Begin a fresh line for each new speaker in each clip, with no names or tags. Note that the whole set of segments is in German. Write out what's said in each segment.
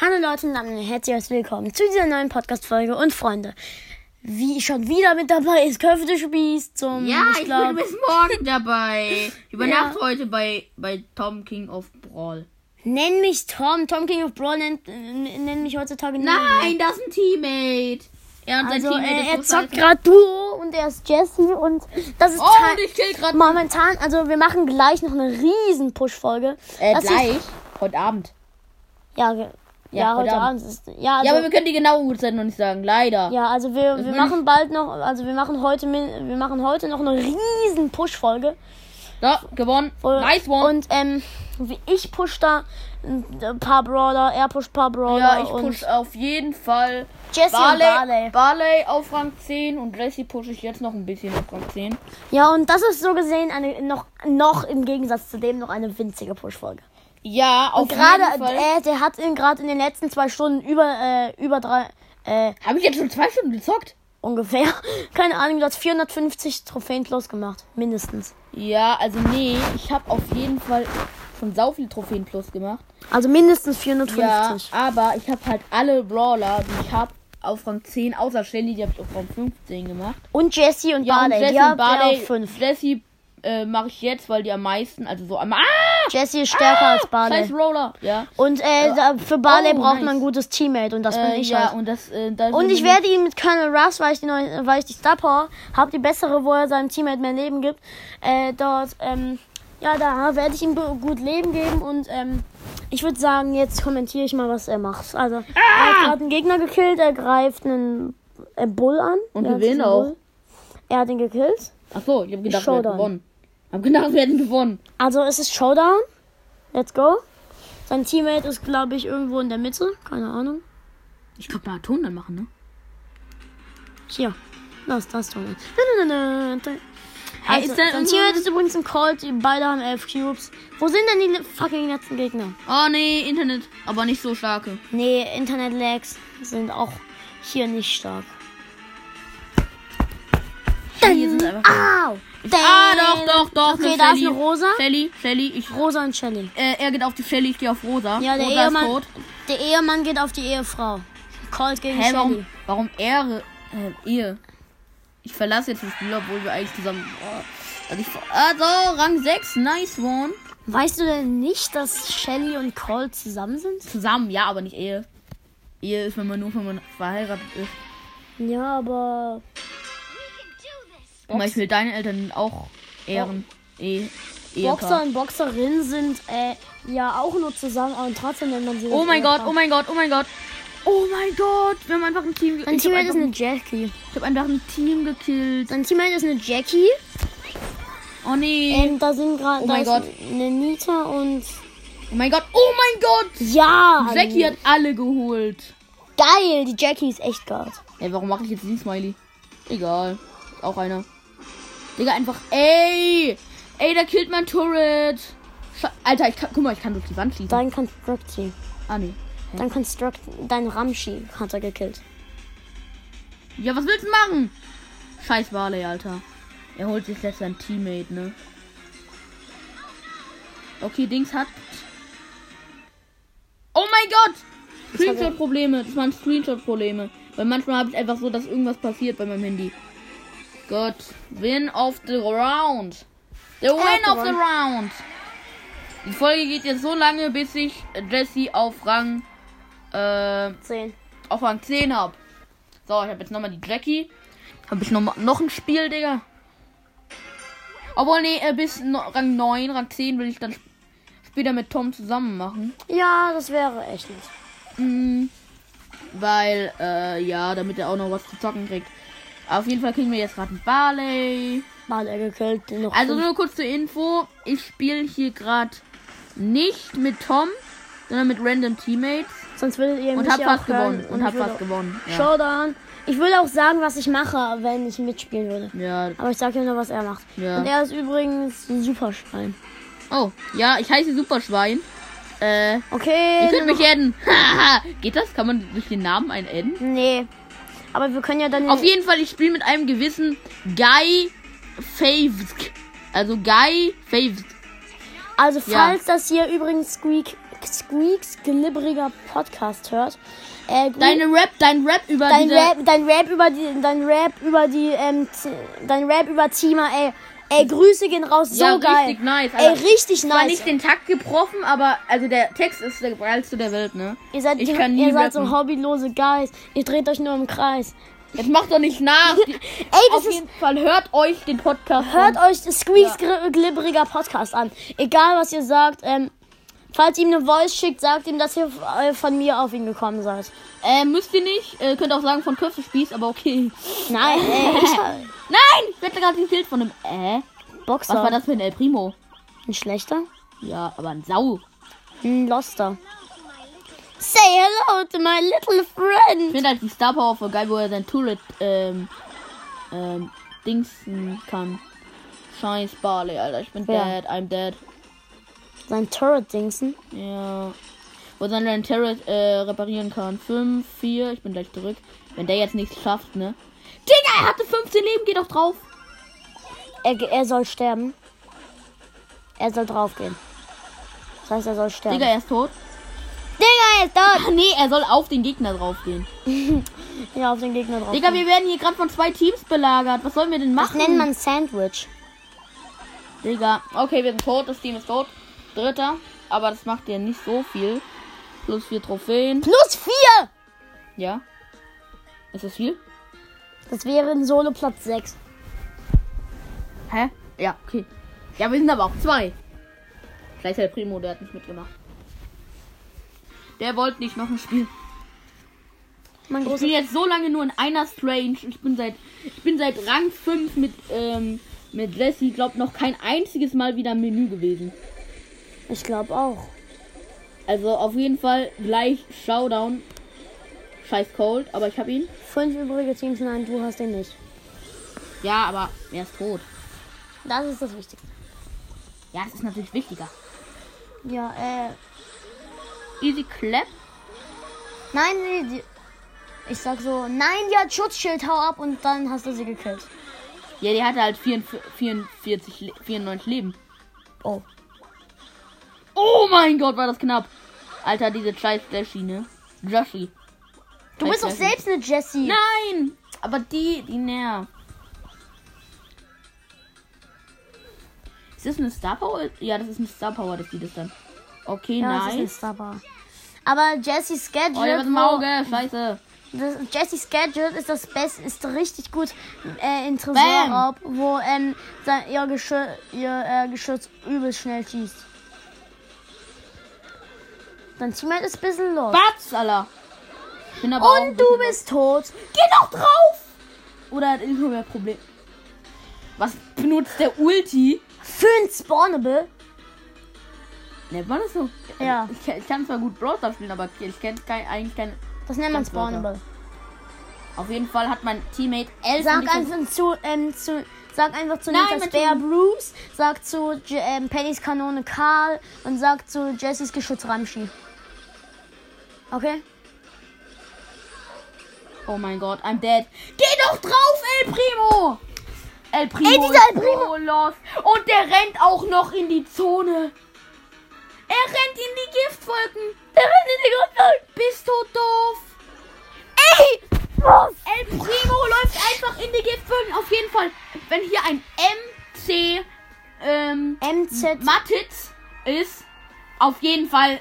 Hallo Leute und damit herzlich willkommen zu dieser neuen Podcast-Folge und Freunde. Wie schon wieder mit dabei ist Köftespieß zum
Ja, Hm, ich,
glaub,
bin bis morgen dabei. Über
Ja.
Nacht heute bei, bei Tom King of Brawl.
Nenn mich Tom. Tom King of Brawl nennt, äh, nenn mich heutzutage niemand mehr.
Nein, das ist ein Teammate. Er und
Also
sein Teammate
äh, er
ist
zockt
Großartig.
gerade Duo und er ist Jesse und das ist
Oh,
Teil-
und ich kill gerade.
momentan, also wir machen gleich noch eine riesen Push-Folge.
Äh,
Das ist-
gleich. Heute Abend.
Ja, ge- ja,
Ja,
heute
verdammt.
Abend ist ja, also,
ja, aber wir Mhm. können die genaue Uhrzeit noch nicht sagen. Leider.
Ja, also wir, wir
meine
machen bald noch, also wir machen heute min- wir machen heute noch eine riesen Push-Folge.
So, gewonnen. nice one.
Äh, Und ähm, wie ich push da ein paar Brawler, er pusht ein paar Brawler
ja, ich push
und
auf jeden Fall.
Jesse und
Barley,
Barley.
Barley auf Rang 10 und Jesse pushe ich jetzt noch ein bisschen auf Rang 10.
Ja, und das ist so gesehen eine noch noch im Gegensatz zu dem noch eine winzige Push-Folge.
Ja, auf
Und gerade
jeden Fall.
äh, der hat ihn gerade in den letzten zwei Stunden über äh, über drei äh,
Habe ich jetzt schon zwei Stunden gezockt?
ungefähr keine Ahnung, das 450 Trophäen plus gemacht, mindestens.
Ja, also nee, ich habe auf jeden Fall schon sau viel Trophäen plus gemacht.
Also mindestens
Ja,
450.
aber ich habe halt alle Brawler, die ich habe, auf Rang 10, außer Shelly, die habe ich auf Rang 15 gemacht.
Und Jesse und
Ja, und
Barley,
Jessie
die haben
und Barley,
auf 5.
Jessie äh, mache ich jetzt, weil die am meisten, also so am... Ah!
Jesse ist stärker als
Scheiß
Barley.
Brawler, ja.
Und äh, da- für Barley
oh,
braucht
nice.
man ein gutes Teammate und das bin
Äh,
ich
ja,
halt.
und das... Äh, das
Und ich werde ihn mit Colonel Ruffs, weil ich die, neue, weil ich die Star Power habe, die bessere, wo er seinem Teammate mehr Leben gibt, äh, dort, ähm, ja, da werde ich ihm be- gut Leben geben und, ähm, ich würde sagen, jetzt kommentiere ich mal, was er macht. Also, er hat gerade einen Gegner gekillt, er greift einen äh, Bull an.
Und
Er hat
gewinnt
diesen
auch.
Bull. Er hat ihn gekillt.
Ach so, ich habe gedacht, wir hätten
Showdown.
gewonnen. Hab gedacht, wir hätten gewonnen.
Also, es ist Showdown. Let's go. Sein Teammate ist, glaube ich, irgendwo in der Mitte. Keine Ahnung.
Ich könnte mal Ton dann machen, ne?
Hier. Das, das Tor. Na, na, na, na.
Hey,
Also,
Ah, ist da
sein
irgendwo-
Teammate ist übrigens ein Colt, die beide haben elf Cubes. Wo sind denn die le- fucking letzten Gegner?
Oh nee, Internet, aber nicht so starke.
Nee, Internet-Lags sind auch hier nicht stark.
Hey, hier sind einfach...
Au!
Ah, doch, doch, doch.
Okay,
eine
da ist
Shelly.
eine Rosa.
Shelly, Shelly, ich.
Rosa und Shelly.
Äh, er geht auf die Shelly, ich gehe auf Rosa.
Ja, der
Rosa
Ehemann-
ist tot.
Der Ehemann geht auf die Ehefrau. Colt gegen
Hä,
Shelly.
warum, warum Ehre? Äh, Ehe. Ich verlasse jetzt das Spiel, obwohl wir eigentlich zusammen. Oh, also, ich, also, Rang 6, nice one.
Weißt du denn nicht, dass Shelly und Colt zusammen sind?
Zusammen, ja, aber nicht Ehe. Ehe ist, wenn man nur, wenn man verheiratet ist.
Ja, aber.
Zum Beispiel deine Eltern sind auch Ehren. E
Boxer
Ehepaar.
und Boxerin sind äh, ja auch nur zusammen, aber trotzdem nennt man sie.
Oh
das
mein Gott,
Ehepaar.
oh mein Gott, oh mein Gott. Oh mein Gott, wir haben einfach ein Team
Sein
gekillt. Ich habe
Teammate ist
einfach,
eine Jackie.
ich hab einfach ein Team gekillt.
Sein Teammate ist eine Jackie.
Oh nee.
Ähm, da sind gerade
Oh
da
mein
ist
Gott.
eine Nita und
Oh mein Gott, oh mein Gott!
ja,
Jackie hat alle geholt.
geil. Die Jackie ist echt geil.
Ey, warum mache ich jetzt diesen Smiley? Egal. Ist Auch einer. Digga, einfach. Ey! Ey, da killt mein Turret! Scha Alter, ich kann, guck mal, ich kann durch die Wand schießen.
Dein Constructi,
Ah, nee.
dein Construct, dein Ramschi hat er gekillt.
Ja, was willst du machen? Scheiß Barley, Alter. Er holt sich jetzt sein Teammate, ne? Okay, Dings hat. Oh mein Gott!
Das hat er-
Screenshot-Probleme. Das waren Screenshot-Probleme. Weil manchmal habe ich einfach so, dass irgendwas passiert bei meinem Handy. Gott. Win of the round. The win of the
gewonnen.
round. Die Folge geht jetzt so lange, bis ich Jesse auf Rang. Äh,
Zehn.
auf Rang 10 hab. So, ich habe jetzt nochmal die Jackie. Habe ich noch, mal- noch ein Spiel, Digga. Obwohl, nee, äh, bis no, Rang 9, Rang 10 will ich dann sp- später mit Tom zusammen machen.
Ja, das wäre echt nicht.
Mhm. Weil, äh, ja, damit er auch noch was zu zocken kriegt. Auf jeden Fall kriegen wir jetzt gerade einen Barley.
Mal er gekillt. Noch
Also
fünf.
nur kurz zur Info. Ich spiele hier gerade nicht mit Tom, sondern mit random Teammates.
sonst würdet ihr
Und
mich
hab
ja auch
fast
hören
gewonnen. Und hab
ich würde
fast
auch-
gewonnen. Ja.
Showdown. Ich würde auch sagen, was ich mache, wenn ich mitspielen würde.
ja.
Aber ich sag dir nur, was er macht.
Ja.
Und er ist übrigens ein Superschwein.
Oh, ja, ich heiße Superschwein. Äh, ihr
Okay.
könnt
dann-
mich adden. Haha. Geht das? Kann man durch den Namen einen adden?
nee. Aber wir können ja dann.
Auf jeden Fall, ich spiele mit einem gewissen Guy Favsk. Also Guy Favsk.
also
Ja.
falls das hier übrigens Squeak Squeaks glibberiger Podcast hört. Äh, Gre-
Deine Rap, dein Rap über
dein
diese,
Rap, dein Rap über die, dein Rap über die, ähm, Z- dein Rap über Zima, ey. Ey, Grüße gehen raus, so
ja,
geil.
richtig nice.
ey,
Alter.
richtig
Zwar
nice.
nicht den Takt gebrochen, aber also der Text ist der geilste der Welt, ne?
Ihr seid,
Ich
die,
kann nie
ihr seid so
rappen.
hobbylose Guys. Ihr dreht euch nur im Kreis.
Jetzt macht doch nicht nach. Die,
Ey, das
auf
ist,
jeden Fall hört euch den Podcast
hört
an.
euch Squeaks gri- glibberiger Podcast an. Egal, was ihr sagt, ähm, falls ihr ihm eine Voice schickt, sagt ihm, dass ihr f- äh, von mir auf ihn gekommen seid.
Äh, müsst ihr nicht. Äh, könnt auch sagen von Köftespieß, aber okay.
Nein, ey, ich
Nein! Ich werde gerade gekillt von einem äh.
Boxer.
Was war das für ein El Primo?
Ein schlechter?
Ja, aber ein Sau.
Ein Loster. Say hello to my little friend.
Ich finde halt die Star Power voll geil, wo er sein Turret ähm, ähm, dingsen kann. Scheiß Barley, Alter. Ich bin
Ja.
dead, I'm dead.
Sein Turret-Dingsen.
Ja. Wo er seinen Turret äh, reparieren kann. 5, 4, ich bin gleich zurück. Wenn der jetzt nichts schafft, ne? Digga, er hatte 15 Leben, geht doch drauf.
Er, ge- er soll sterben. Er soll draufgehen. Das heißt, er soll sterben.
Digga,
Digga,
er ist tot.
er ist da.
Ah, nee, er soll auf den Gegner draufgehen.
Ja, auf den Gegner drauf.
Digga, wir werden hier gerade von zwei Teams belagert. Was sollen wir denn
das
machen?
nennt man Sandwich.
Digga. Okay, wir sind tot. Das Team ist tot. Dritter. Aber das macht dir nicht so viel. Plus vier Trophäen.
Plus vier.
Ja. Ist das viel?
Das wäre ein Solo Platz 6.
Hä? Ja, okay. Ja, wir sind aber auch zwei. Vielleicht der Primo, der hat nicht mitgemacht. Der wollte nicht noch ein Spiel.
Mein
Ich
großer
bin jetzt so lange nur in einer Strange. Ich bin seit ich bin seit Rang 5 mit ähm, mit Lassie, glaub noch kein einziges Mal wieder im Menü gewesen.
Ich glaube auch.
Also auf jeden Fall gleich Showdown. Scheiß Cold, aber ich hab ihn.
Fünf übrige Teams, nein, du hast den nicht.
Ja, aber er ist tot.
Das ist das Wichtigste.
Ja, das ist natürlich wichtiger.
Ja, äh.
Easy Clap.
Nein, nee, die, ich sag so, nein, die hat Schutzschild, hau ab und dann hast du sie gekillt.
Ja, die hatte halt 44, Le- 94 Leben.
Oh.
Oh mein Gott, war das knapp. Alter, diese scheiß Flashy, ne? Joshi.
Du bist doch
Flashy.
selbst eine Jessie.
Nein! Aber die, die nervt. Ist das eine Star Power? Ja, das ist eine Star Power, das sieht es dann. Okay,
Ja, das
nice.
ist aber. Aber Jessie Schedule.
Oh, der wird im
wo-
Auge. Scheiße.
Das Jesse Schedule ist das Beste, ist richtig gut äh, in
Bam.
Tresorraub, wo ähm, sein, ihr, Geschirr, ihr äh, Geschütz übelst schnell schießt. Dein Teammate ist ein bisschen los. Oh,
Batz, Alter. Ich bin aber auch ein
Und du
bisschen-
bist tot.
Geh doch drauf! Oder hat irgendwo mehr Problem. Was benutzt der Ulti?
Für ein Spawnable.
Nennt man Ne, das so?
Ja.
Ich, ich kann zwar gut Brawl Stars spielen, aber ich kenne kein, eigentlich kein.
Das nennt man
Ganz weiter.
Spawnable.
Auf jeden Fall hat mein Teammate elf. und ich
Sag
hab
einfach zu, ähm, zu, sag einfach zu
Nein,
Nitas
mein
Bear
Team-
Bruce, sag zu J ähm, Pennys Kanone Karl und sag zu Jessys Geschütz Ramschi. Okay?
Oh mein Gott, I'm dead. Geh doch drauf, El Primo! El Primo.
Ey, dieser
ist
El Primo.
So lost. Und der rennt auch noch in die Zone. Er rennt in die Giftwolken. Der rennt in die Giftwolken. Bist du doof? Ey! El Primo läuft einfach in die Giftwolken. Auf jeden Fall, wenn hier ein MC ähm,
MZ.
Matiz ist, auf jeden Fall.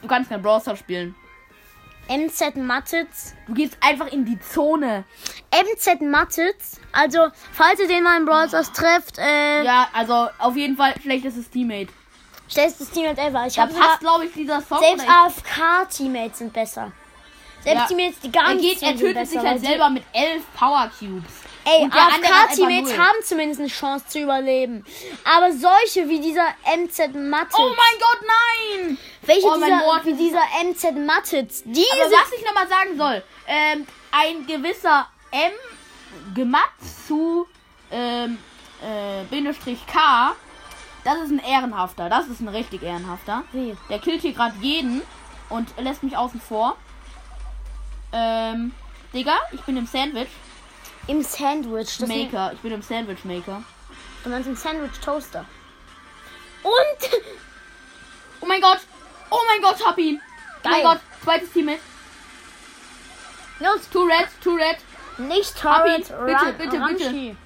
Du kannst kein Brawl Stars spielen.
MZ Matiz.
Du gehst einfach in die Zone.
MZ Matiz. Also, falls ihr den mal in Brawl Stars trefft, äh,
Ja, also auf jeden Fall schlechtes Teammate.
stellst das Team als Elfer. Ich
Da
habe
passt, glaube ich, dieser Song.
selbst
oder
AFK-Teammates sind besser. Selbst
Ja.
Teammates, die
ich-
gar
er,
nicht
geht, er
sind
tötet sich
besser,
halt
weil die-
selber mit elf Power Cubes.
Ey,
Und der andere hat
AFK-Teammates
einfach null.
haben zumindest eine Chance zu überleben. Aber solche wie dieser MZ Matiz,
Oh mein Gott, nein!
welche
oh mein
dieser,
Gott.
wie dieser MZ Matiz, diese
Aber was ich nochmal sagen soll, ähm, ein gewisser M Gematsu ähm, äh, Bindestrich K, das ist ein ehrenhafter, das ist ein richtig ehrenhafter.
Wie?
Der killt hier gerade jeden und lässt mich außen vor. Ähm, Digga, ich bin im Sandwich
im Sandwich, das ist
Maker. Ich bin im Sandwich Maker.
du meinst im Sandwich Toaster. Und
Oh mein Gott! Oh mein Gott, hab ihn.
Geil.
Oh Mein Gott, zweites Team mit.
Los,
Two red, two red.
nicht
Abi,
Torrent,
bitte,
Ra-
bitte,
Ramschi.
bitte.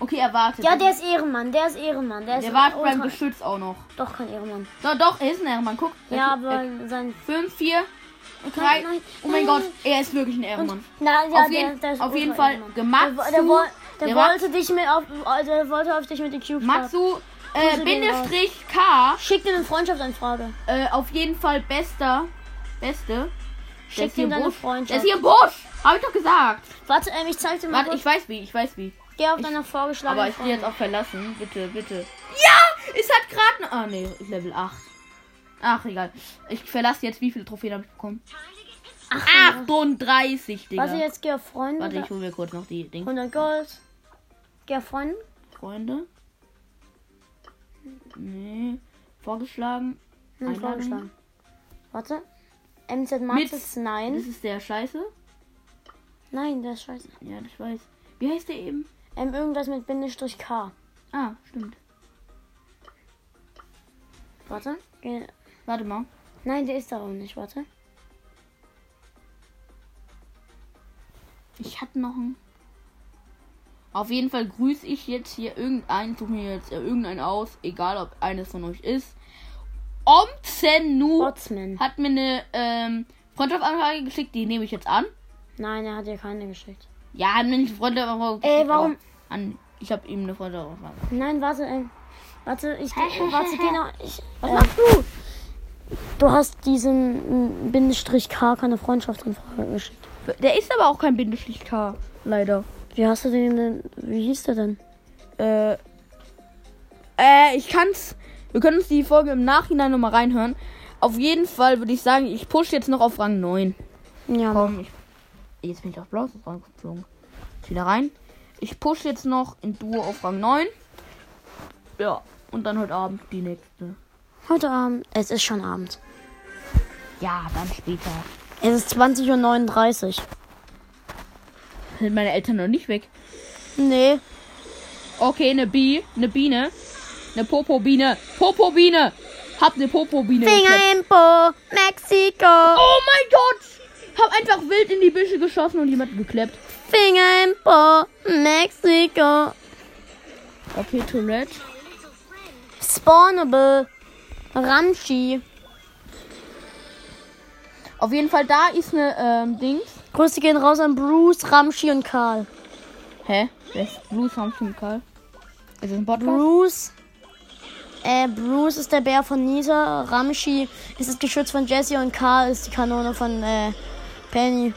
Okay, er wartet.
Ja, der ist Ehrenmann, der ist Ehrenmann, der ist
der wartet beim
ultra-
Geschütz auch noch.
Doch kein Ehrenmann.
So, doch, er ist ein Ehrenmann. Guck.
Ja, aber sein
5, 4,
Nein,
3.
nein,
Oh mein
nein.
Gott, er ist wirklich ein Ehrenmann.
Und, na, ja,
Auf jeden-
der, der ist
auf jeden
ultra
Fall
Ehrenmann.
gemacht
Der, wo- der,
zu-
wo- der,
der war-
wollte dich mit auf, der wollte auf dich mit dem Cube starten.
Matsu,
Grüße
äh,
gehen raus.
Bindestrich K,
Schick dir eine Freundschaftsanfrage.
äh, auf jeden Fall bester, beste. Der
Schick
ist hier
ihm
im
deine
Busch. Der ist
Freundschaft.
hier im Busch. Hab ich doch gesagt.
Warte, ähm, ich zeig dir mal.
Warte, ich weiß wie, ich weiß wie.
kurz. Geh auf
ich-
deine vorgeschlagene
Aber ich will jetzt
Freundin.
auch verlassen. Bitte, bitte. Ja! Es hat gerade ne- Ah, nee, Level 8. Ach, egal. Ich verlasse jetzt, wie viele Trophäen habe ich bekommen? 38, Digga.
Warte, jetzt geh auf Freunde.
Warte,
Warte,
ich hole mir kurz noch die Dings.
100 Gold. Geh auf Freunde.
Freunde. Nee. Vorgeschlagen.
Nein,
Einladen.
vorgeschlagen. Warte. MZ
Mit-
Matrix,
Das
nein.
ist der Scheiße.
Nein, der ist scheiße.
Ja, ich weiß. Wie heißt der eben?
Ähm, irgendwas mit Bindestrich K.
Ah, stimmt.
Warte. Geh-
Warte mal.
Nein, der ist da auch nicht. Warte.
Ich hatte noch einen. Auf jeden Fall grüße ich jetzt hier irgendeinen, suche mir jetzt äh, irgendeinen aus, egal ob eines von euch ist. Omzenu
Botsman.
hat mir eine ähm, Freundschaftsanfrage geschickt, die nehme ich jetzt an.
Nein, er hat dir keine geschickt.
Ja, hat mir nicht eine Freundschaftsanfrage
Ey,
geschickt,
warum-
aber An, ich habe ihm eine Freundschaftsanfrage.
Nein, warte, ey. Warte, ich warte, genau. Ich, Was machst du? Du hast diesem mm, Bindestrich K keine Freundschaftsanfrage geschickt.
Der ist aber auch kein Bindestrich K, leider.
Wie hast du den denn? Wie hieß der denn?
Äh, äh, ich kann's. Wir können uns die Folge im Nachhinein nochmal reinhören. Auf jeden Fall würde ich sagen, ich pushe jetzt noch auf Rang 9.
Ja.
Komm, ich, jetzt bin ich auf Blau sonst reingeflogen. Jetzt Wieder rein. Ich pushe jetzt noch in Duo auf Rang 9. Ja, und dann heute Abend die nächste.
Heute Abend. Es ist schon Abend.
Ja, dann später.
Es ist 20.39 Uhr.
Sind meine Eltern noch nicht weg?
Nee.
Okay, eine Bi, eine Biene. Eine Popo-Biene. Popo-Biene! Hab eine Popo-Biene. geknackt.
Finger im Po, Mexiko.
Oh mein Gott! Hab einfach wild in die Büsche geschossen und jemanden gekleppt.
Finger im Po, Mexiko.
Okay, Tourette.
Spawnable. Ramschi.
Auf jeden Fall, da ist eine ähm, Dings.
Grüße gehen raus an Bruce, Ramschi und Karl.
Hä? Wer ist Blue Samsung Karl? Ist das ein Podcast?
Bruce. Äh, Bruce ist der Bär von Nita. Ramschi ist das Geschütz von Jesse und Karl ist die Kanone von äh, Penny.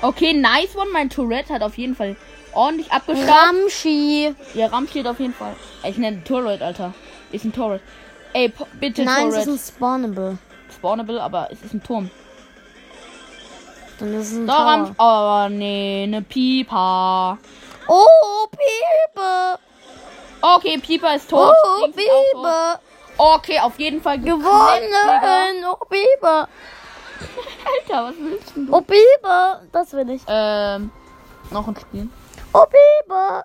Okay, nice one. Mein Tourette hat auf jeden Fall ordentlich abgestaubt.
Ramschi.
Ja, Ram steht auf jeden Fall. Ich nenne Tourette, Alter. Ist ein Tourette. Ey, po- bitte
Nein, es ist
Tourette.
ein Spawnable.
Spawnable, aber es ist ein Turm.
Dann ist es ein
So, Ram.
Tower.
Oh, nee, eine Pieper.
Oh, Piebe.
Okay, Pieper ist tot.
Oh,
Dings ist auch tot.
Piebe.
Okay, auf jeden Fall geknackt,
Gewonnen. Oh, Piebe.
Digga. Alter, was willst du?
Oh, Piebe. Das will ich.
Ähm, noch ein Spiel.
Oh, Piebe.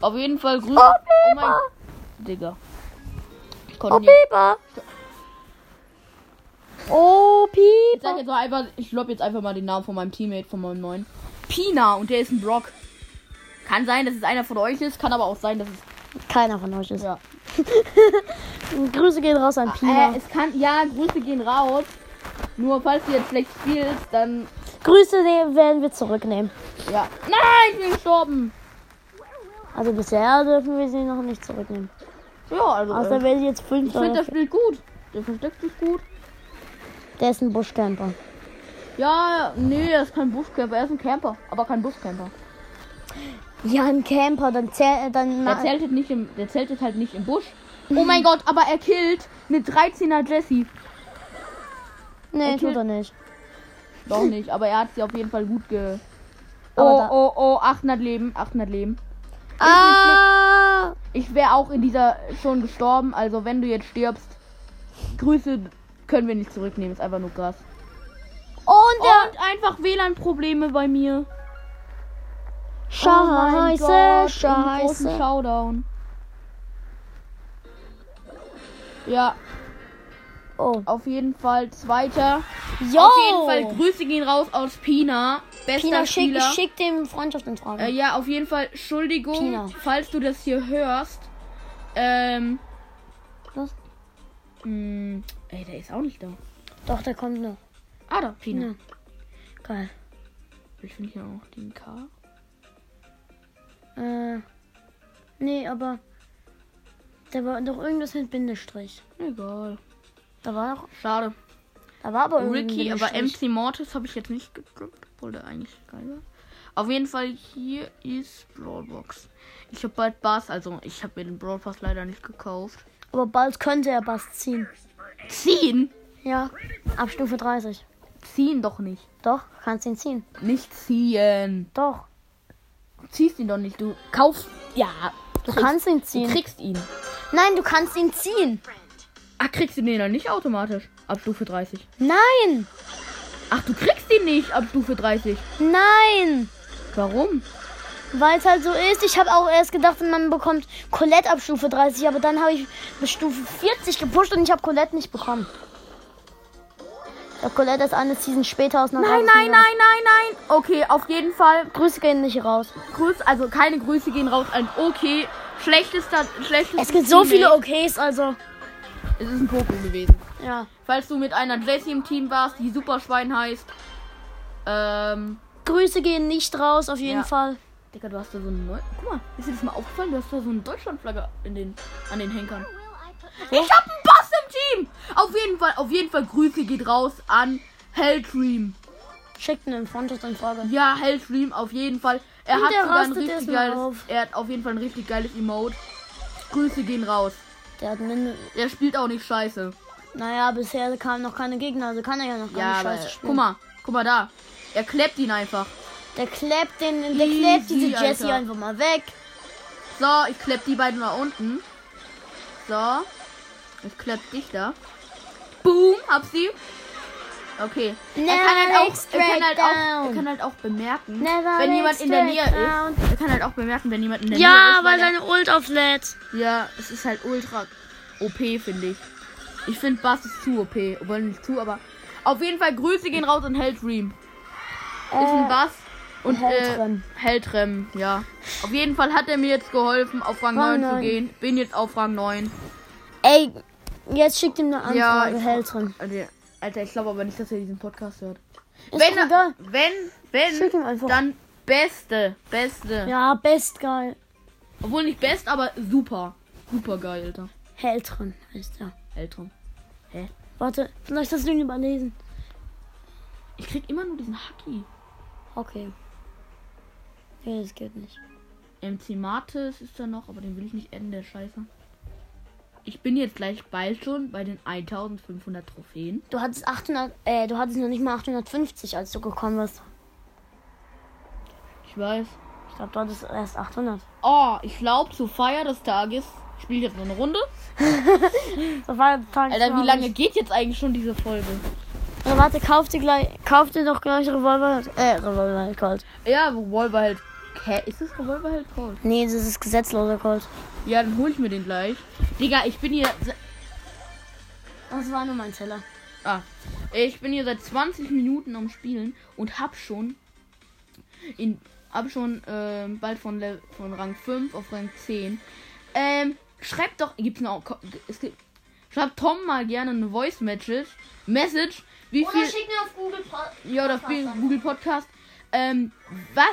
Auf jeden Fall grün.
Oh,
mein Digga. Ich konnte
Oh,
nicht.
Piebe. Oh,
Ich sag
Piebe.
jetzt mal einfach, ich lob jetzt einfach mal den Namen von meinem Teammate, von meinem neuen. Pina und der ist ein Brock. Kann sein, dass es einer von euch ist, kann aber auch sein, dass es.
Keiner von euch ist.
Ja.
Grüße gehen raus an Pina.
Äh, es kann. Ja, Grüße gehen raus. Nur falls du jetzt schlecht spielst, dann.
Grüße ne- werden wir zurücknehmen.
Ja. Nein, ich bin gestorben.
Also bisher dürfen wir sie noch nicht zurücknehmen.
Ja, also.
Außer
äh,
wenn sie jetzt fünf
ich finde, der
oder
spielt gut. Der versteckt sich gut.
Der ist ein Buschcamper.
Ja, nee, er ist kein Buschcamper, er ist ein Camper, aber kein Buschcamper.
Ja, ein Camper, dann zählt dann
Der
mal.
zeltet, nicht im, der zeltet halt nicht im Busch. Oh mein Gott, aber er killt eine 13er Jessie.
Nee,
okay.
tut er nicht.
Doch nicht, aber er hat sie auf jeden Fall gut ge.
Aber
Oh,
da-
oh, oh, 800 Leben, 800 Leben.
Ah!
Ich wäre auch in dieser schon gestorben, also wenn du jetzt stirbst, Grüße können wir nicht zurücknehmen, ist einfach nur krass.
Und der
Und einfach WLAN-Probleme bei mir. Oh
Scheiße,
im großen
Scheiße.
Showdown. Ja.
Oh.
Auf jeden Fall zweiter.
Yo!
Auf jeden Fall Grüße gehen raus aus Pina. Bester
Pina, schick,
Spieler.
schick dem Freundschaftsantrag.
Äh, ja, auf jeden Fall Entschuldigung,
Pina.
falls du das hier hörst. Ähm.
Was?
Mh, ey, der ist auch nicht da.
Doch, der kommt noch.
Ah, da, Pina.
Ja. Geil.
Ich finde hier auch den K.
Äh, nee, aber da war doch irgendwas mit Bindestrich.
Egal.
Da war doch,
Schade.
da war aber irgendein
Ricky, aber
Bindestrich.
MC Mortis habe ich jetzt nicht gedroppt, obwohl der eigentlich geil war. Auf jeden Fall, hier ist Brawlbox. Ich habe bald Bass, also ich habe mir den Brawl Pass leider nicht gekauft.
Aber bald könnte er Bass ziehen.
Ziehen?
Ja, ab Stufe 30.
Ziehen doch nicht.
Doch, kannst ihn ziehen.
Nicht ziehen.
Doch,
Du ziehst ihn doch nicht. Du kaufst. Ja.
du kannst ihn
Du
ziehen.
kriegst ihn.
Nein, du kannst ihn ziehen.
Ach, kriegst du den dann nicht automatisch? Ab Stufe 30.
Nein,
Ach, du kriegst ihn nicht ab Stufe 30.
nein.
Warum?
Weil es halt so ist. Ich habe auch erst gedacht, man bekommt Colette ab Stufe 30, aber dann habe ich bis Stufe 40 gepusht und ich habe Colette nicht bekommen. Ich habe Colette erst eine Season später aus einer
Nein,
Drachen-
nein, nein, nein, nein. Okay, auf jeden Fall
Grüße gehen nicht raus.
Grüß, also keine Grüße gehen raus an Okay. Schlechtester, schlechtester.
Es gibt so viele
Teammate.
OKs, also.
Es ist ein Poco gewesen.
Ja.
Falls du mit einer Jessie im Team warst, die Superschwein heißt. Ähm.
Grüße gehen nicht raus, auf jeden
Ja.
Fall.
Digga, du hast da so einen Neu Guck mal, ist dir das mal aufgefallen? Du hast da so eine Deutschlandflagge in den, an den Henkern. Ich hab einen Boss im Team! Auf jeden Fall, auf jeden Fall Grüße geht raus an Helldream.
Schickt einen Freundschaftsanfrage.
Ja, Helldream auf jeden Fall. Er
Und
hat
der
sogar ein
rastet
richtig
erstmal
geiles.
auf.
Er hat auf jeden Fall ein richtig geiles Emote. Grüße gehen raus.
Der hat einen.
Er spielt auch nicht scheiße.
Naja, bisher kamen noch keine Gegner, also kann er ja noch keine
Ja, aber
Scheiße spielen.
guck mal, guck mal da. Er klebt ihn einfach.
Der klebt den. Der
Easy,
klebt diese Jessie
Alter.
einfach mal weg.
So, ich klepp die beiden mal unten. So. Ich klepp dich da. Boom, hab sie. Okay. er, kann halt
Never
auch, er, kann
straight
halt auch, er
down.
kann halt auch bemerken,
Never
wenn jemand in der
straight
Nähe
down.
ist. Er kann halt auch bemerken, wenn jemand in der Nähe
Ja,
ist.
weil
er-
seine Ult auflädt.
Ja, es ist halt ultra OP, finde ich. Ich finde Bass ist zu OP. Obwohl nicht zu, aber. Auf jeden Fall Grüße gehen raus und Heldream. Ist
Äh,
ein Bass. Und
Heldrem.
Äh, Heldrem, ja. Auf jeden Fall hat er mir jetzt geholfen, auf Rang,
Rang
9, zu
neun.
gehen. Bin jetzt auf Rang 9.
Ey, jetzt schickt ihm eine
Ja,
Anfrage,
ich-
hält drin.
Also, Alter, ich glaube aber nicht, dass er diesen Podcast hört. ne?
Ist
wenn,
doch egal.
er, wenn,
Schick ihm
wenn,
einfach.
dann beste, beste.
Ja, best geil.
Obwohl nicht best, aber super. Super geil, Alter.
Hält drin heißt er.
Heldrem.
Warte, vielleicht hast du ihn überlesen.
Ich krieg immer nur diesen Hacki.
Okay. Nee, das geht nicht.
MC Martes ist da noch, aber den will ich nicht enden, der Scheiße. Ich bin jetzt gleich bald schon bei den 1500 Trophäen.
Du hattest 800, äh, du hattest noch nicht mal 850, als du gekommen bist.
Ich weiß.
Ich glaube, du hattest erst 800.
Oh, ich glaube, zur Feier des Tages spiele ich jetzt noch eine Runde.
Das war total
Alter, wie lange geht jetzt eigentlich schon diese Folge?
Also, warte, kauf dir gleich, kauf dir doch gleich Revolver, äh, Revolver Colt.
Ja, Revolver halt. Hä, ist das Revolver halt Cold?
Nee, das ist gesetzloser Colt.
Ja, dann hole ich mir den gleich. Digga, ich bin hier. se-
Das war nur mein Teller.
Ah, ich bin hier seit 20 Minuten am Spielen und hab schon. In, hab schon ähm, bald von, Le von Rang 5 auf Rang 10. Ähm, schreibt doch. Gibt's noch. ko- Es gibt, schreibt Tom mal gerne eine Voice Message. Message. Wie viel.
mir auf Google
Ja, das Spiel Google Podcast. Ähm, was,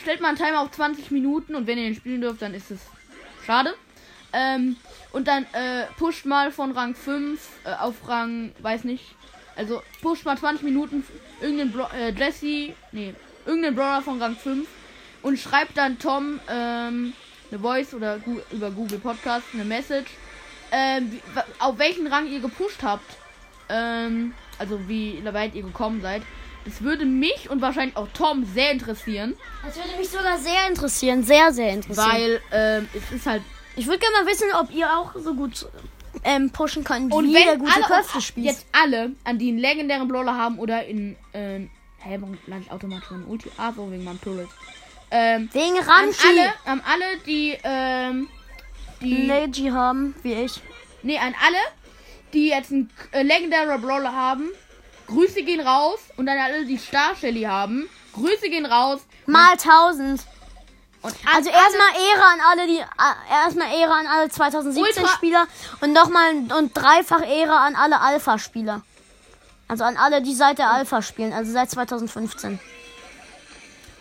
stellt mal einen Timer auf 20 Minuten und wenn ihr den spielen dürft, dann ist es schade. Ähm, und dann äh, pusht mal von Rang 5 äh, auf Rang, weiß nicht. Also pusht mal 20 Minuten irgendeinen Bro äh, Jesse, nee, irgendeinen Brawler von Rang 5 und schreibt dann Tom ähm, eine Voice oder Gu über Google Podcast eine Message, ähm, wie, wa- auf welchen Rang ihr gepusht habt. Ähm, also wie weit ihr gekommen seid. Das würde mich und wahrscheinlich auch Tom sehr interessieren,
Das würde mich sogar sehr interessieren, sehr, sehr interessieren.
weil ähm, es ist halt.
ich würde gerne mal wissen, ob ihr auch so gut ähm, pushen könnt,
Und
wie
wenn
der gute
alle
Köfte spielt.
jetzt alle, an die einen legendären Brawler haben oder in. Ähm, hä, warum lande ich automatisch in Ulti? Ah, so wegen meinem Turret. Ähm,
Wegen
an alle,
Ramschi.
an alle, die. Ähm, die
Legi haben, wie ich.
Nee, an alle, die jetzt einen äh, legendären Brawler haben. Grüße gehen raus. Und dann alle, die Star Shelly haben. Grüße gehen raus.
Mal 1000.
Und
Also erstmal Ehre an alle die äh, erstmal Ehre an alle 2017
Ultra-
Spieler und nochmal und dreifach Ehre an alle Alpha Spieler. Also an alle, die seit der Alpha spielen, also seit 2015.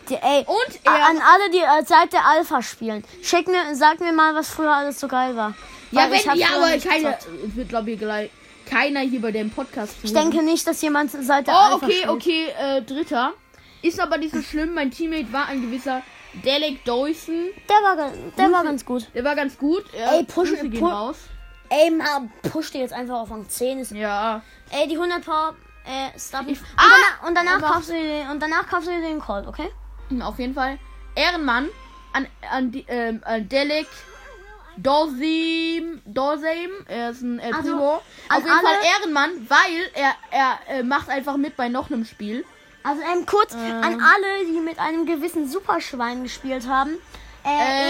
Die, ey,
Und
a-
Ehre-
an alle, die äh, seit der Alpha spielen. Schick mir, sag mir mal, was früher alles so geil war.
ja,
Weil ich
wenn,
hab
ja,
früher
aber
nicht
keiner,
gezockt.
es wird glaube ich gleich keiner hier bei dem Podcast.
Ich denke nicht, dass jemand seit der
Oh,
Alpha
okay,
spielt.
okay, äh, dritter. Ist aber nicht so schlimm. Mein Teammate war ein gewisser Dalek Dawson.
Der war, gan- der
Mhm.
war ganz gut.
Der war ganz gut.
Ey, pushen-
Grüße gehen
pu-
raus.
Ey, mal push dir jetzt einfach auf Rang 10. Ist
Ja.
Ey, die 100 Power. Äh, Star und,
Ah!
danach, und danach
Aber-
kaufst du dir den, und danach kaufst du dir den Colt, okay?
Hm, Auf jeden Fall. Ehrenmann an, an, die- ähm, an Delek Dorsim, Dorsim, er ist ein El
Also,
Primo.
an
Auf jeden Fall
alle-
Ehrenmann, weil er, er äh, macht einfach mit bei noch einem Spiel.
Also ähm, kurz an alle, die mit einem gewissen Superschwein gespielt haben. Äh,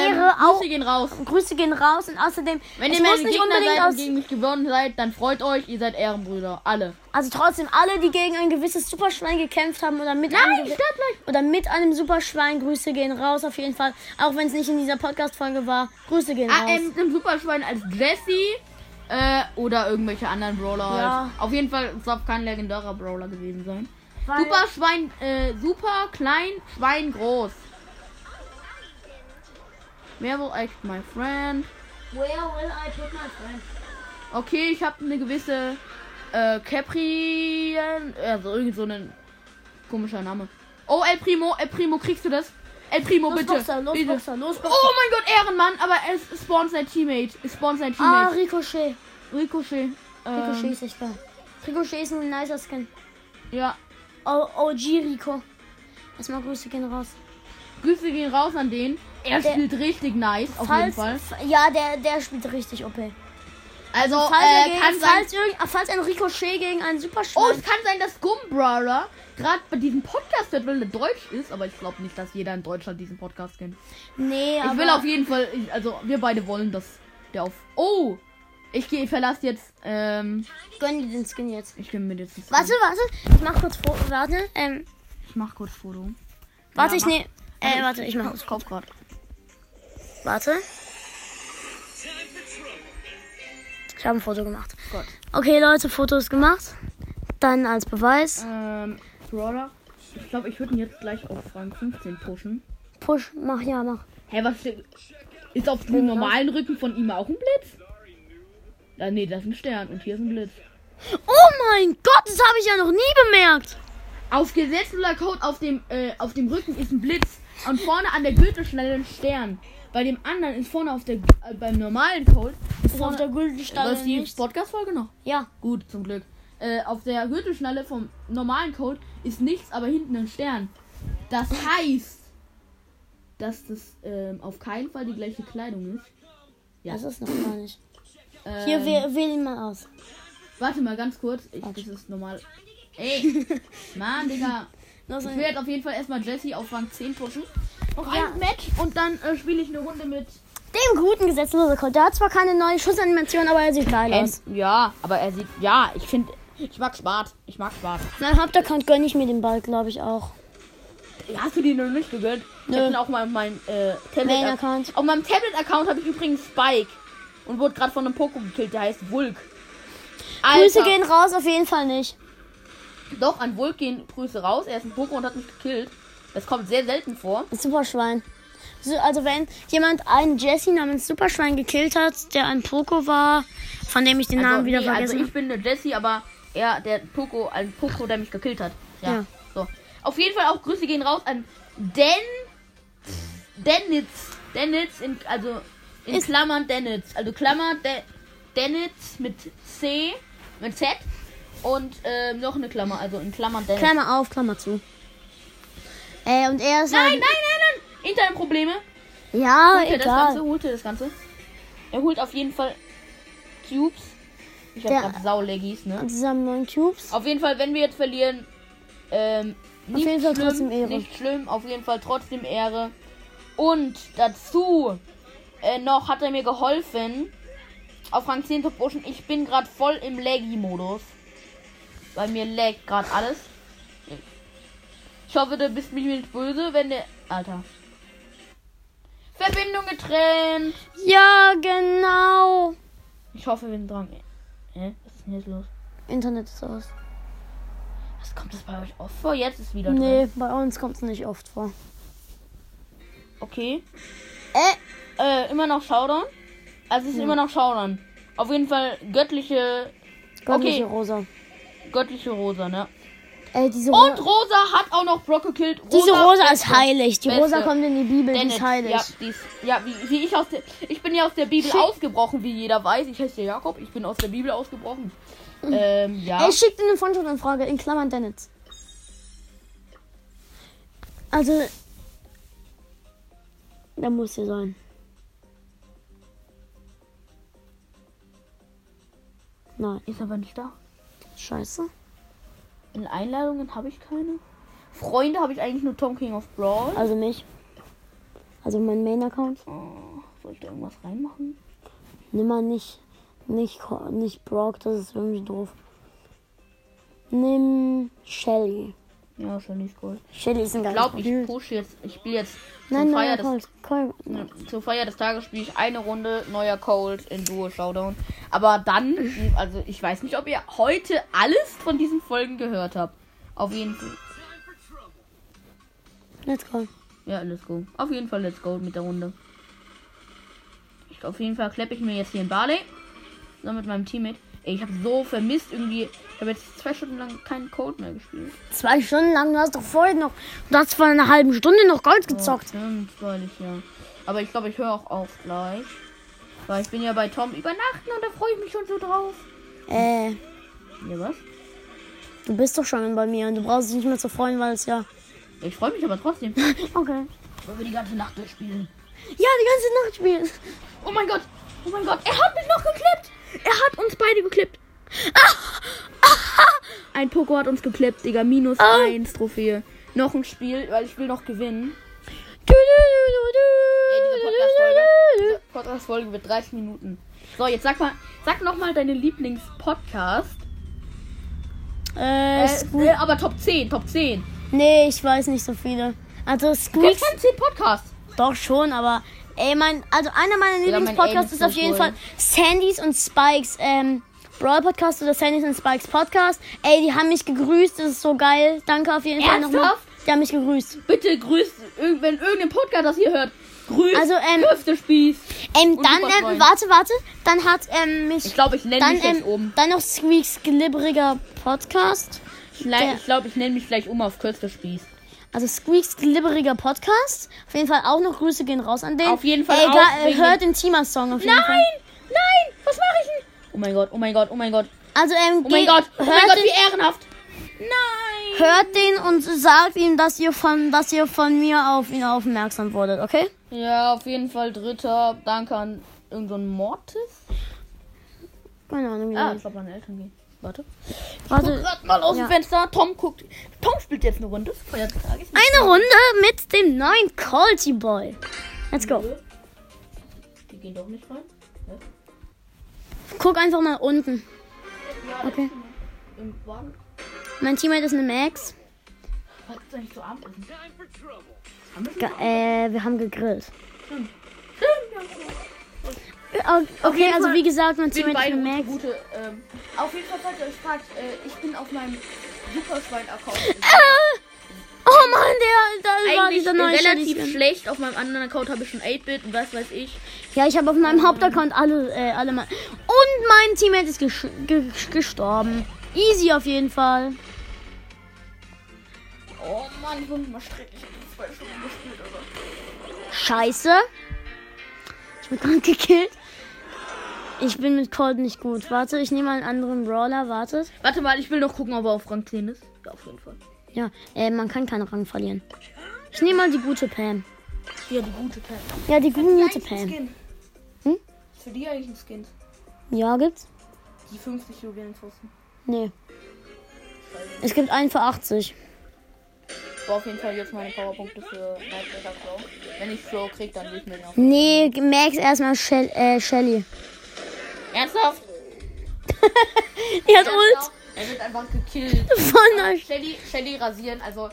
Ähm,
Ehre auch.
Grüße gehen raus.
Grüße gehen raus und außerdem.
Wenn
es
ihr
muss
meine
nicht
Gegner
unbedingt
seid
aus.
und gegen mich gewonnen seid, dann freut euch, ihr seid Ehrenbrüder. Alle.
Also trotzdem alle, die gegen ein gewisses Superschwein gekämpft haben oder mit einem gewi-
gleich.
oder mit einem Superschwein. Grüße gehen raus auf jeden Fall. Auch wenn es nicht in dieser Podcast-Folge war. Grüße gehen
Ah,
raus.
ähm, mit einem Superschwein als Jesse äh, oder irgendwelche anderen Brawler
Ja.
halt. Auf jeden Fall, es darf kein legendärer Brawler gewesen sein.
Weil-
Super Schwein, äh, super klein, Schwein groß. Wer will echt my friend?
Where will I put my friend?
Okay, ich habe eine gewisse äh, Capri, äh, also irgend so ein komischer Name. Oh, El Primo, El Primo, kriegst du das? El Primo,
Los,
bitte.
Boxer, los,
bitte.
Boxer, los,
Oh
Boxer.
mein Gott, Ehrenmann, aber es spawnt sein Teammate. Es spawnt sein
Ah,
Teammate.
Ricochet.
Ricochet. Ähm,
Ricochet ist echt geil. Ricochet ist ein nicer Skin.
Ja.
Oh, OG Rico. Erstmal Grüße gehen raus.
Grüße gehen raus an den. Er
Der-
spielt richtig nice, auf jeden Fall.
f- Ja, der, der spielt richtig OP.
Also,
Falls, er
äh,
gegen,
kann sein.
falls, irgend, ah, falls ein Ricochet gegen einen Super
Oh, es kann sein, dass Gumbrawler gerade bei diesem Podcast hört, weil er deutsch ist, aber ich glaube nicht, dass jeder in Deutschland diesen Podcast kennt.
Nee, aber.
Ich will auf jeden Fall, ich- also wir beide wollen, dass der auf. Oh! Ich gehe, verlasse jetzt. Ähm,
Gönn dir den Skin jetzt.
ich bin mir jetzt. nicht
Warte, warte. Ich mach kurz vor. Warte. Ähm,
sicher. Ich mach kurz Foto.
warte,
Ja,
ich ne. Äh, warte, ich mach.
mach das Kopf gerade.
Warte. Ich habe ein Foto gemacht.
Gott.
Okay, Leute, Foto ist gemacht. Dann als Beweis.
Ähm, Brawler. Ich glaube, ich würde ihn jetzt gleich auf Rang 15 pushen.
Push, mach ja, mach.
Hä, was steht- ist auf dem normalen Rücken von ihm auch ein Blitz? Ah, nee, das ist ein Stern und hier ist ein Blitz.
Oh mein Gott, das habe ich ja noch nie bemerkt.
Auf gesetzloser Code auf dem, äh, auf dem Rücken ist ein Blitz und vorne an der Gürtelschnalle ein Stern. Bei dem anderen ist vorne auf der, äh, beim normalen Code ist
Ist auf
vorne,
der
läuft
Güldenstange
die
nicht.
Podcast-Folge noch?
Ja.
Gut, zum Glück. Äh, auf der Gürtelschnalle vom normalen Code ist nichts, aber hinten ein Stern. Das heißt, dass das ähm, auf keinen Fall die gleiche Kleidung ist. Ja.
Das ist noch gar nicht.
Ähm,
Hier, wähl, wähl ihn mal aus.
Warte mal ganz kurz. Ich, das ist normal. Ey! Mann, Digga.
Los,
Ich will jetzt auf jeden Fall erstmal Jesse auf Rang 10 pushen. Noch
Ja.
ein Match und dann äh, spiele ich eine Runde mit.
dem guten gesetzlosen Code. Der hat zwar keine neue Schussanimation, aber er sieht geil aus.
ähm, ja, aber er sieht. Ja, ich finde. Ich mag Spart. Ich mag Spart.
Mein Hauptaccount gönne ich mir den Ball, glaube ich, auch.
Hast du die noch nicht gegönnt? Ich
Nö.
bin auch mal auf meinem äh, Tablet-Account.
Main-Account.
Auf meinem Tablet-Account habe ich übrigens Spike. Und wurde gerade von einem Poko gekillt, der heißt Vulk. Alter.
Grüße gehen raus, auf jeden Fall nicht.
Doch, an Vulk gehen Grüße raus. Er ist ein Poko und hat mich gekillt. Das kommt sehr selten vor.
Superschwein. So, also wenn jemand einen Jesse namens Superschwein gekillt hat, der ein Poco war, von dem ich den Namen wieder
nee,
vergessen
Also ich bin der Jesse, aber er, der Poco, ein Poco, der mich gekillt hat. Ja.
Ja.
So. Auf jeden Fall auch Grüße gehen raus an Den. Denitz. Denitz, in, also in
Ist-
Klammern Denitz. Also Klammer De, Denitz mit C, mit Z und ähm, noch eine Klammer, also in Klammern Denitz.
Klammer auf, Klammer zu. Äh, und er ist
nein, nein,
halt,
nein, nein! Internetprobleme.
Ja,
Holt ihr das Ganze?
Ah, egal.
Holt ihr das Ganze? Er holt auf jeden Fall Cubes. Ich hab
Der-
grad Sauleggies, ne?
Und Zusammen neun Cubes.
Auf jeden Fall, wenn wir jetzt verlieren, ähm, nicht
jeden Fall
schlimm,
trotzdem Ehre.
Nicht schlimm, auf jeden Fall trotzdem Ehre. Und dazu äh, noch hat er mir geholfen, auf Rang 10 Top Ocean. Ich bin gerade voll im Laggy-Modus. Bei mir laggt gerade alles. Ich hoffe, du bist mir nicht böse, wenn der. Alter. Verbindung getrennt.
Ja, genau.
Ich hoffe, wir sind dran. Hä? Was ist denn jetzt los?
Internet ist aus.
Was kommt das bei euch oft vor? Jetzt ist wieder drin.
Nee, bei uns kommt es nicht oft vor.
Okay.
Äh,
Äh, immer noch Showdown? Also es ist immer noch Showdown. Auf jeden Fall göttliche.
göttliche
Okay.
Rosa.
Göttliche Rosa, ne?
Ey, diese Rosa.
Und Rosa hat auch noch Brock gekillt. Rosa
diese Rosa ist heilig. Die
Beste.
Rosa kommt in die Bibel, die ist heilig.
Ja, die ist, ja wie, wie ich aus der. Ich bin ja aus der Bibel ausgebrochen, wie jeder weiß. Ich heiße ja Jakob, ich bin aus der Bibel ausgebrochen. Ähm, ja.
Ey, schickt eine Freundschaftsanfrage in Klammern Dennis. Also. Da muss sie sein. Nein,
Ist aber nicht da.
scheiße.
In Einladungen habe ich keine. Freunde habe ich eigentlich nur Tom King of Brawl.
Also mich. Also mein Main-Account.
Oh, soll ich da irgendwas reinmachen?
Nimm mal nicht. Nicht, Co- nicht Brock, das ist irgendwie doof. Nimm Shelly.
Ja, schon nicht cool.
Shelly ist ein
Ich
geiles
glaube, ich
Bild.
pushe jetzt. Ich spiele jetzt
Nein,
zum, Feier
nein,
des,
Colt. Colt.
zur Feier des Tages spiele ich eine Runde neuer Cold in Duo Showdown. Aber dann, also ich weiß nicht, ob ihr heute alles von diesen Folgen gehört habt. Auf jeden Fall.
Let's go.
Ja, let's go. Auf jeden Fall let's go mit der Runde. Ich, auf jeden Fall kleppe ich mir jetzt hier in Barley. Zusammen mit meinem Teammate. Ey, ich habe so vermisst irgendwie. Ich habe jetzt zwei Stunden lang keinen Code mehr gespielt.
Zwei Stunden lang, du hast doch vorhin noch, du hast vor einer halben Stunde noch Gold gezockt.
Stimmt, weil ich ja. Aber ich glaube, ich höre auch auf gleich. Weil ich bin ja bei Tom übernachten und da freue ich mich schon so drauf.
Äh,
Ja, was?
du bist doch schon bei mir und du brauchst dich nicht mehr zu freuen, weil es ja.
Ich freue mich aber trotzdem.
Okay.
Wollen wir die ganze Nacht durchspielen?
Ja, die ganze Nacht spielen.
Oh mein Gott! Oh mein Gott! Er hat mich noch geklippt! Er hat uns beide geklippt! Ah! Ein Poko hat uns geklippt, Digga. Minus
Ah.
eins Trophäe. Noch ein Spiel, weil ich will noch gewinnen.
Du, du,
Ey,
du,
diese
du,
Podcast-Folge-
du, du,
diese Podcast-Folge wird 30 Minuten. So, jetzt sag mal, sag noch mal deine Lieblings-Podcast.
du. Äh,
Äh,
Squeak.
äh, aber Top 10, Top 10.
Nee, ich weiß nicht so viele. Also
Wir
Squeaks
kennen 10 Podcasts.
doch schon, aber ey, mein, also einer meiner
Digga, mein
Lieblingspodcasts
Aim
ist
ist
auf
so
jeden
cool.
Fall Sandys und Spikes, ähm, Brawl Podcast oder Sandys und Spikes Podcast. Ey, die haben mich gegrüßt, das ist so geil. Danke auf jeden Fall nochmal.
Ernsthaft?
Die haben mich gegrüßt.
Bitte grüßt, irg- wenn irgendein Podcast das hier hört, grüßt
Also, ähm,
Hüftespieß.
Ähm,
Und
dann,
Super
ähm,
Freund.
warte, warte. Dann hat ähm, mich.
Ich glaube, ich nenne
dann,
mich
ähm,
jetzt um.
dann noch Squeaks glibberiger Podcast.
Ich le-
der-
Ich glaube, ich nenne mich gleich um auf Kürzespieß.
Also Squeaks glibberiger Podcast. Auf jeden Fall auch noch Grüße gehen raus an den.
Auf jeden Fall
Ey,
auch
ga- äh,
wegen
hört den Teamer-Song auf jeden Fall.
Nein! Was mache ich denn? Oh mein Gott, oh mein Gott, oh mein Gott.
Also, ähm,
Oh mein
geht-
Gott, oh
hört,
mein Gott,
den,
wie ehrenhaft. Nein!
hört den und sagt ihm, dass ihr von, dass ihr von mir auf ihn aufmerksam wurdet, okay?
Ja, auf jeden Fall Dritter. Danke an irgendeinen Mortis.
Keine Ahnung. wie
Ah,
das-
ich glaube, meine Eltern gehen. Warte. Guck
Warte.
grad mal aus
Also, Ja.
dem Fenster. Tom guckt. Tom spielt jetzt eine Runde. Das Feuer des Tages.
Eine Runde mit dem neuen Colty Boy. Let's go.
Die gehen doch nicht rein.
Guck einfach mal unten.
Ja,
Okay.
Im Wagen.
Mein Teammate ist eine Max.
Was gibt's eigentlich zu Abendessen?
Ge äh, wir haben gegrillt. Äh, Okay,
jeden
also
Fall
wie gesagt, mein
Wir sind
Teammate ist
beide
eine
gute,
Max.
gute ähm, Auf jeden Fall, falls ihr euch fragt, äh, ich bin auf meinem Superschwein-Account.
Oh Mann, der, da war
Eigentlich
dieser neue
relativ
Shady-Skin.
schlecht. Auf meinem anderen Account habe ich schon 8-Bit und was weiß ich.
Ja, ich habe auf meinem Hauptaccount alle, äh, alle mal. Und mein Teammate ist gesch ge gestorben. Easy auf jeden Fall.
Oh Mann, ich bin mal schrecklich. Ich hab zwei Stunden gespielt, oder?
Scheiße. Ich bin gerade gekillt. Ich bin mit Cold nicht gut. Warte, ich nehme einen anderen Brawler. Wartet.
Warte mal, ich will noch gucken, ob er auf Rang 10 ist. Ja, auf jeden Fall.
Ja, äh, man kann keinen Rang verlieren. Ich nehme mal die gute Pam.
Ja, die gute Pam.
Ja, die gute
Eigentlich ein
Pam.
Skin.
Hm?
Ist für die eigentlich ein Skin?
Ja, gibt's?
Die 50 Juwelen kosten.
Nee. Es gibt einen für 80.
Ich brauche auf jeden Fall jetzt meine Powerpunkte für Nightmare Flow. Wenn ich Flow krieg, dann will ich mir den auf.
Nee, Max erstmal Shell, äh, Shelly.
Ernsthaft?
Die hat Ult.
genau. Er wird einfach gekillt.
Voll nice.
Shelly, Shelly rasieren, also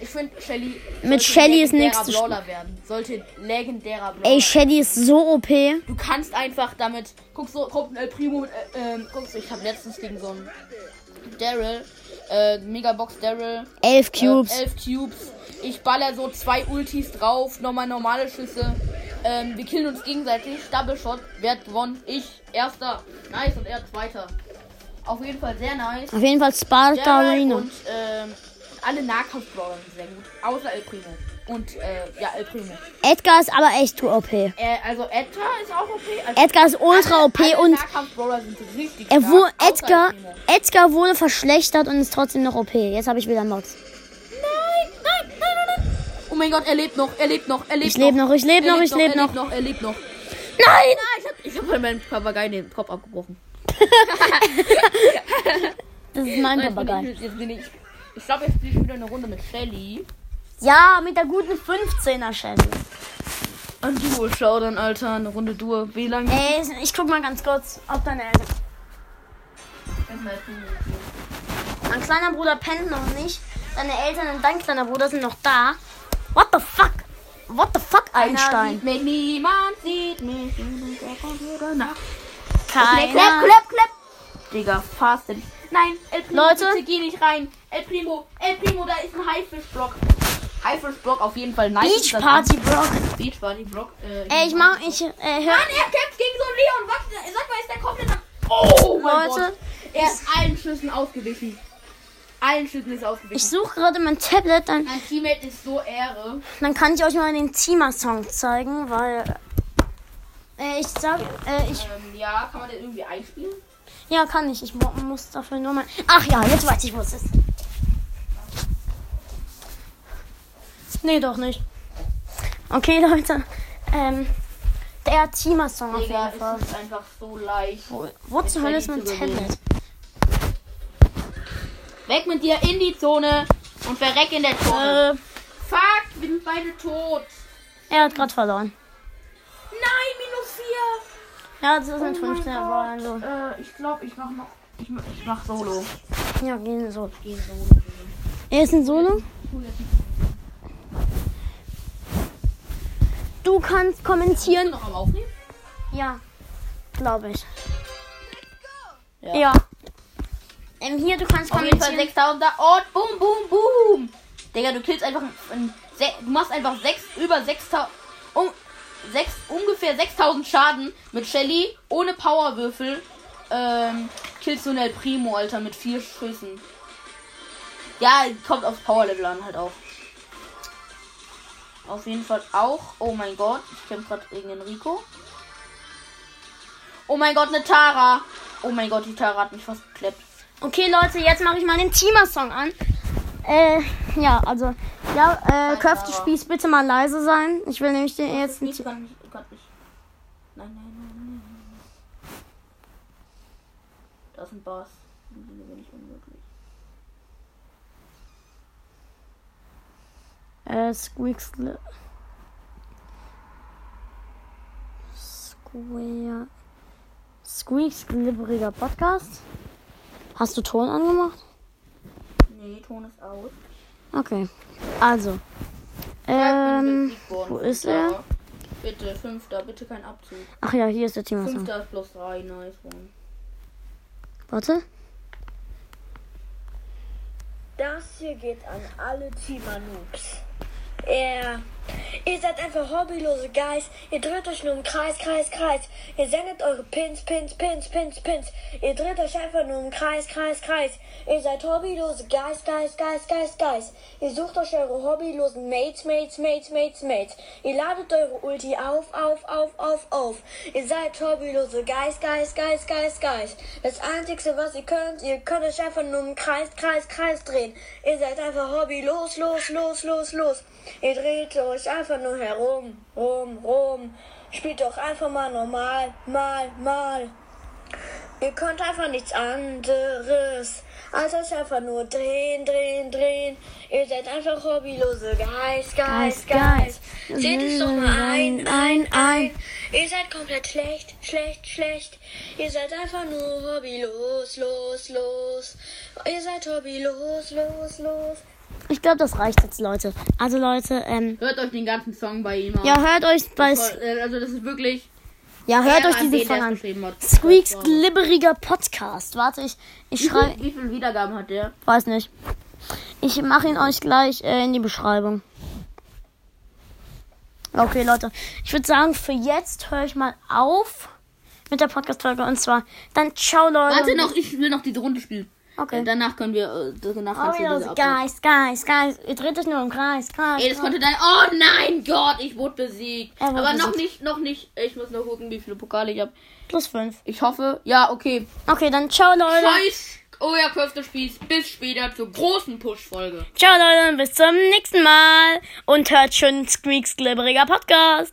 ich finde Shelly.
Mit
sollte
Shelly ist
legendärer
nichts zu
Brawler werden. Sollte legendärer Brawler
Ey, Shady ist so OP.
Du kannst einfach damit. Guck so, kommt ein El Primo mit. Äh, ähm, guck so, ich habe letztens gegen so einen Daryl, äh, Megabox Daryl,
11
äh,
Cubes.
elf Cubes. Ich baller so zwei Ultis drauf, nochmal normale Schüsse. Ähm, wir killen uns gegenseitig. Double Shot, wer hat gewonnen? Ich, erster. Nice und er zweiter. Auf jeden Fall sehr nice.
Auf jeden Fall Sparta
Daryl
Arena.
und ähm, alle Nahkampfbrawler sind sehr gut. Außer El Primo. Und äh, ja, El Primo.
Edgar ist aber echt zu OP.
Äh, also Edgar ist auch okay. Also
Edgar ist ultra OP
alle
und
Nahkampfbrawler sind richtig
er
stark,
wo
außer
Edgar,
Primo.
Edgar wurde verschlechtert und ist trotzdem noch OP. Jetzt habe ich wieder Mods.
Oh mein Gott, er lebt noch, er lebt noch, er lebt
Ich lebe noch, ich lebe
Er
noch, ich
lebt
lebe noch.
Er lebt noch, er lebt noch.
Nein!
Ah, ich hab, ich hab bei meinem Papagei den Kopf abgebrochen.
Das ist mein
Nein,
Papagei.
Jetzt bin ich, jetzt bin ich, ich glaube, jetzt spiele ich wieder eine Runde mit Shelly.
Ja, mit der guten 15er Shelly.
Ein Duo, schau dann, Alter, eine Runde Duo. Wie lange?
Ey, ich guck mal ganz kurz, ob deine Eltern. Mein kleiner Bruder pennt noch nicht. Deine Eltern und dein kleiner Bruder sind noch da. What the fuck? What the fuck,
Einer
Einstein?
sieht mich, niemand sieht mich. niemand kommt wieder nach. Clap, clap,
Keiner.
clap, clap. Digga, fast. in- Nein, El Primo,
Leute.
bitte geh nicht rein. El Primo, El Primo, da ist ein Haifischblock. Haifischblock auf jeden Fall nice.
Beach Party, Brock.
Beach Party Block. Äh,
Ey, ich mach, ich, äh, hör.
Mann, er kämpft gegen so einen Leon. Was, sag mal, ist der komplett am... Oh, mein
Leute,
Gott. Er ist allen Schüssen ausgewichen. Allen Schüssen ist
Ich
ausgewichen.
suche gerade mein Tablet, dann,
mein Teammate ist so Ehre.
dann kann ich euch mal den Zima-Song zeigen, weil. Äh, ich sag, äh, ich.
Ähm, ja, kann man den irgendwie einspielen?
Ja, kann ich. Ich mu- muss dafür nur mal. Ach ja, jetzt weiß ich, wo es ist. Nee, doch nicht. Okay, Leute. Ähm, der Zima-Song auf
Digga,
jeden Fall.
es ist einfach so leicht.
Wo, wo zur
werde
Hölle
ich
ist mein
zu gewinnen.
Tablet?
Weg mit dir in die Zone und verreck in der Zone.
Äh,
Fuck, wir sind beide tot.
er hat gerade verloren.
Nein, minus vier.
Ja, das ist ein
Oh
15er
mein
Brawl. Also.
Äh, ich glaube, ich mach noch. Ich, mach- ich mach Solo.
Ja, gehen so.
Geh Solo.
Er ist ein Solo. Du kannst
Hier
kommentieren.
noch am Aufnehmen?
Ja, glaube ich.
Ja.
Ja. Ähm, hier, du kannst
Auf jeden Fall
kommentieren.
6000 und boom, boom, boom. Digga, du killst einfach. ein- se- Du machst einfach sechs, über 6000. Um, sechs, ungefähr 6000 Schaden mit Shelly ohne Powerwürfel. Ähm, killst du einen El Primo, Alter, mit vier Schüssen. Ja, kommt aufs Powerlevel an, halt auch. Auf jeden Fall auch. Oh mein Gott, ich kämpfe gerade gegen den Rico. Oh mein Gott, eine Tara. Oh mein Gott, die Tara hat mich fast gekleppt.
Okay, Leute, jetzt mache ich mal den Teamer-Song an. Äh, ja, also, ja, äh,
Nein, aber-
Köftespieß, bitte mal leise sein. Ich will nämlich den jetzt
Ich
nicht.
kann nicht, Oh ich kann nicht. Nein, nein, nein, nein. Das ist ein Boss. Die bin ich unmöglich.
Äh, Squeaks. li- Square. Squeaks glibberiger Podcast. Hast du Ton angemacht?
Nee, Ton ist aus.
Okay. Also. Ähm, wo ist er?
Bitte, fünfter, bitte kein Abzug.
ach ja, hier ist der Teamer-Song.
Fünfter ist plus drei, nice one.
Warte.
Das hier geht an alle Teamer-Noobs. Ihr, ihr seid einfach hobbylose Guys. Ihr dreht euch nur im Kreis, Kreis, Kreis. Ihr sendet eure Pins, Pins, Pins, Pins, Pins. Ihr dreht euch einfach nur im Kreis, Kreis, Kreis. Ihr seid hobbylose Guys, Guys, Guys, Guys, Guys. Ihr sucht euch eure hobbylosen Mates, Mates, Mates, Mates, Mates. Ihr ladet eure Ulti auf, auf, auf, auf, auf. Ihr seid hobbylose Guys, Guys, Guys, Guys, Guys. Das Einzige, was ihr könnt, ihr könnt euch einfach nur im Kreis, Kreis, Kreis drehen. Ihr seid einfach Hobby. Los, los, los, los, los. Ihr dreht euch einfach nur herum, rum, rum. Spielt doch einfach mal normal, mal, mal. Ihr könnt einfach nichts anderes, als euch einfach nur drehen, drehen, drehen. Ihr seid einfach hobbylose Geist, Geist,
Geist,
Geist. Seht es doch mal ein, ein, ein. Ihr seid komplett schlecht, schlecht, schlecht. Ihr seid einfach nur hobbylos, los, los. Ihr seid hobbylos, los, los.
Ich glaube, das reicht jetzt, Leute. Also, Leute, ähm,
Hört euch den ganzen Song bei ihm an.
ja, hört euch bei,
Voll, äh, Also das ist wirklich.
ja, hört
Ehre
euch
an
diesen
den, der
Song
es
an.
geschrieben hat.
Squeaks
Wow.
glibberiger Podcast. Warte, ich, ich
Wie
schreibe,
viel- Wie viele Wiedergaben hat der?
weiß nicht. Ich mache ihn euch gleich äh, in die Beschreibung. Okay, Leute, ich würde sagen, für jetzt höre ich mal auf mit der Podcast-Folge und zwar dann ciao, Leute.
Warte noch, ich will noch diese Runde spielen.
Ähm, Okay.
Danach können wir. äh, Danach kannst du diese
Hobbylos,
abmachen.
Oh Guys, Guys, Guys, ihr dreht euch nur im Kreis, Kreis.
Ey, das
Kreis.
konnte dein. Oh nein Gott, ich wurde besiegt.
Er wurde
Aber noch
besiegt.
nicht, noch nicht. Ich muss noch gucken, wie viele Pokale ich habe.
Plus fünf.
Ich hoffe. Ja, okay.
Okay, dann ciao, Leute.
Scheiß. Oh ja, Köfte Spieß. Bis später zur großen Push-Folge.
Ciao, Leute, und bis zum nächsten Mal. Und hört schon Squeaks glibberiger Podcast.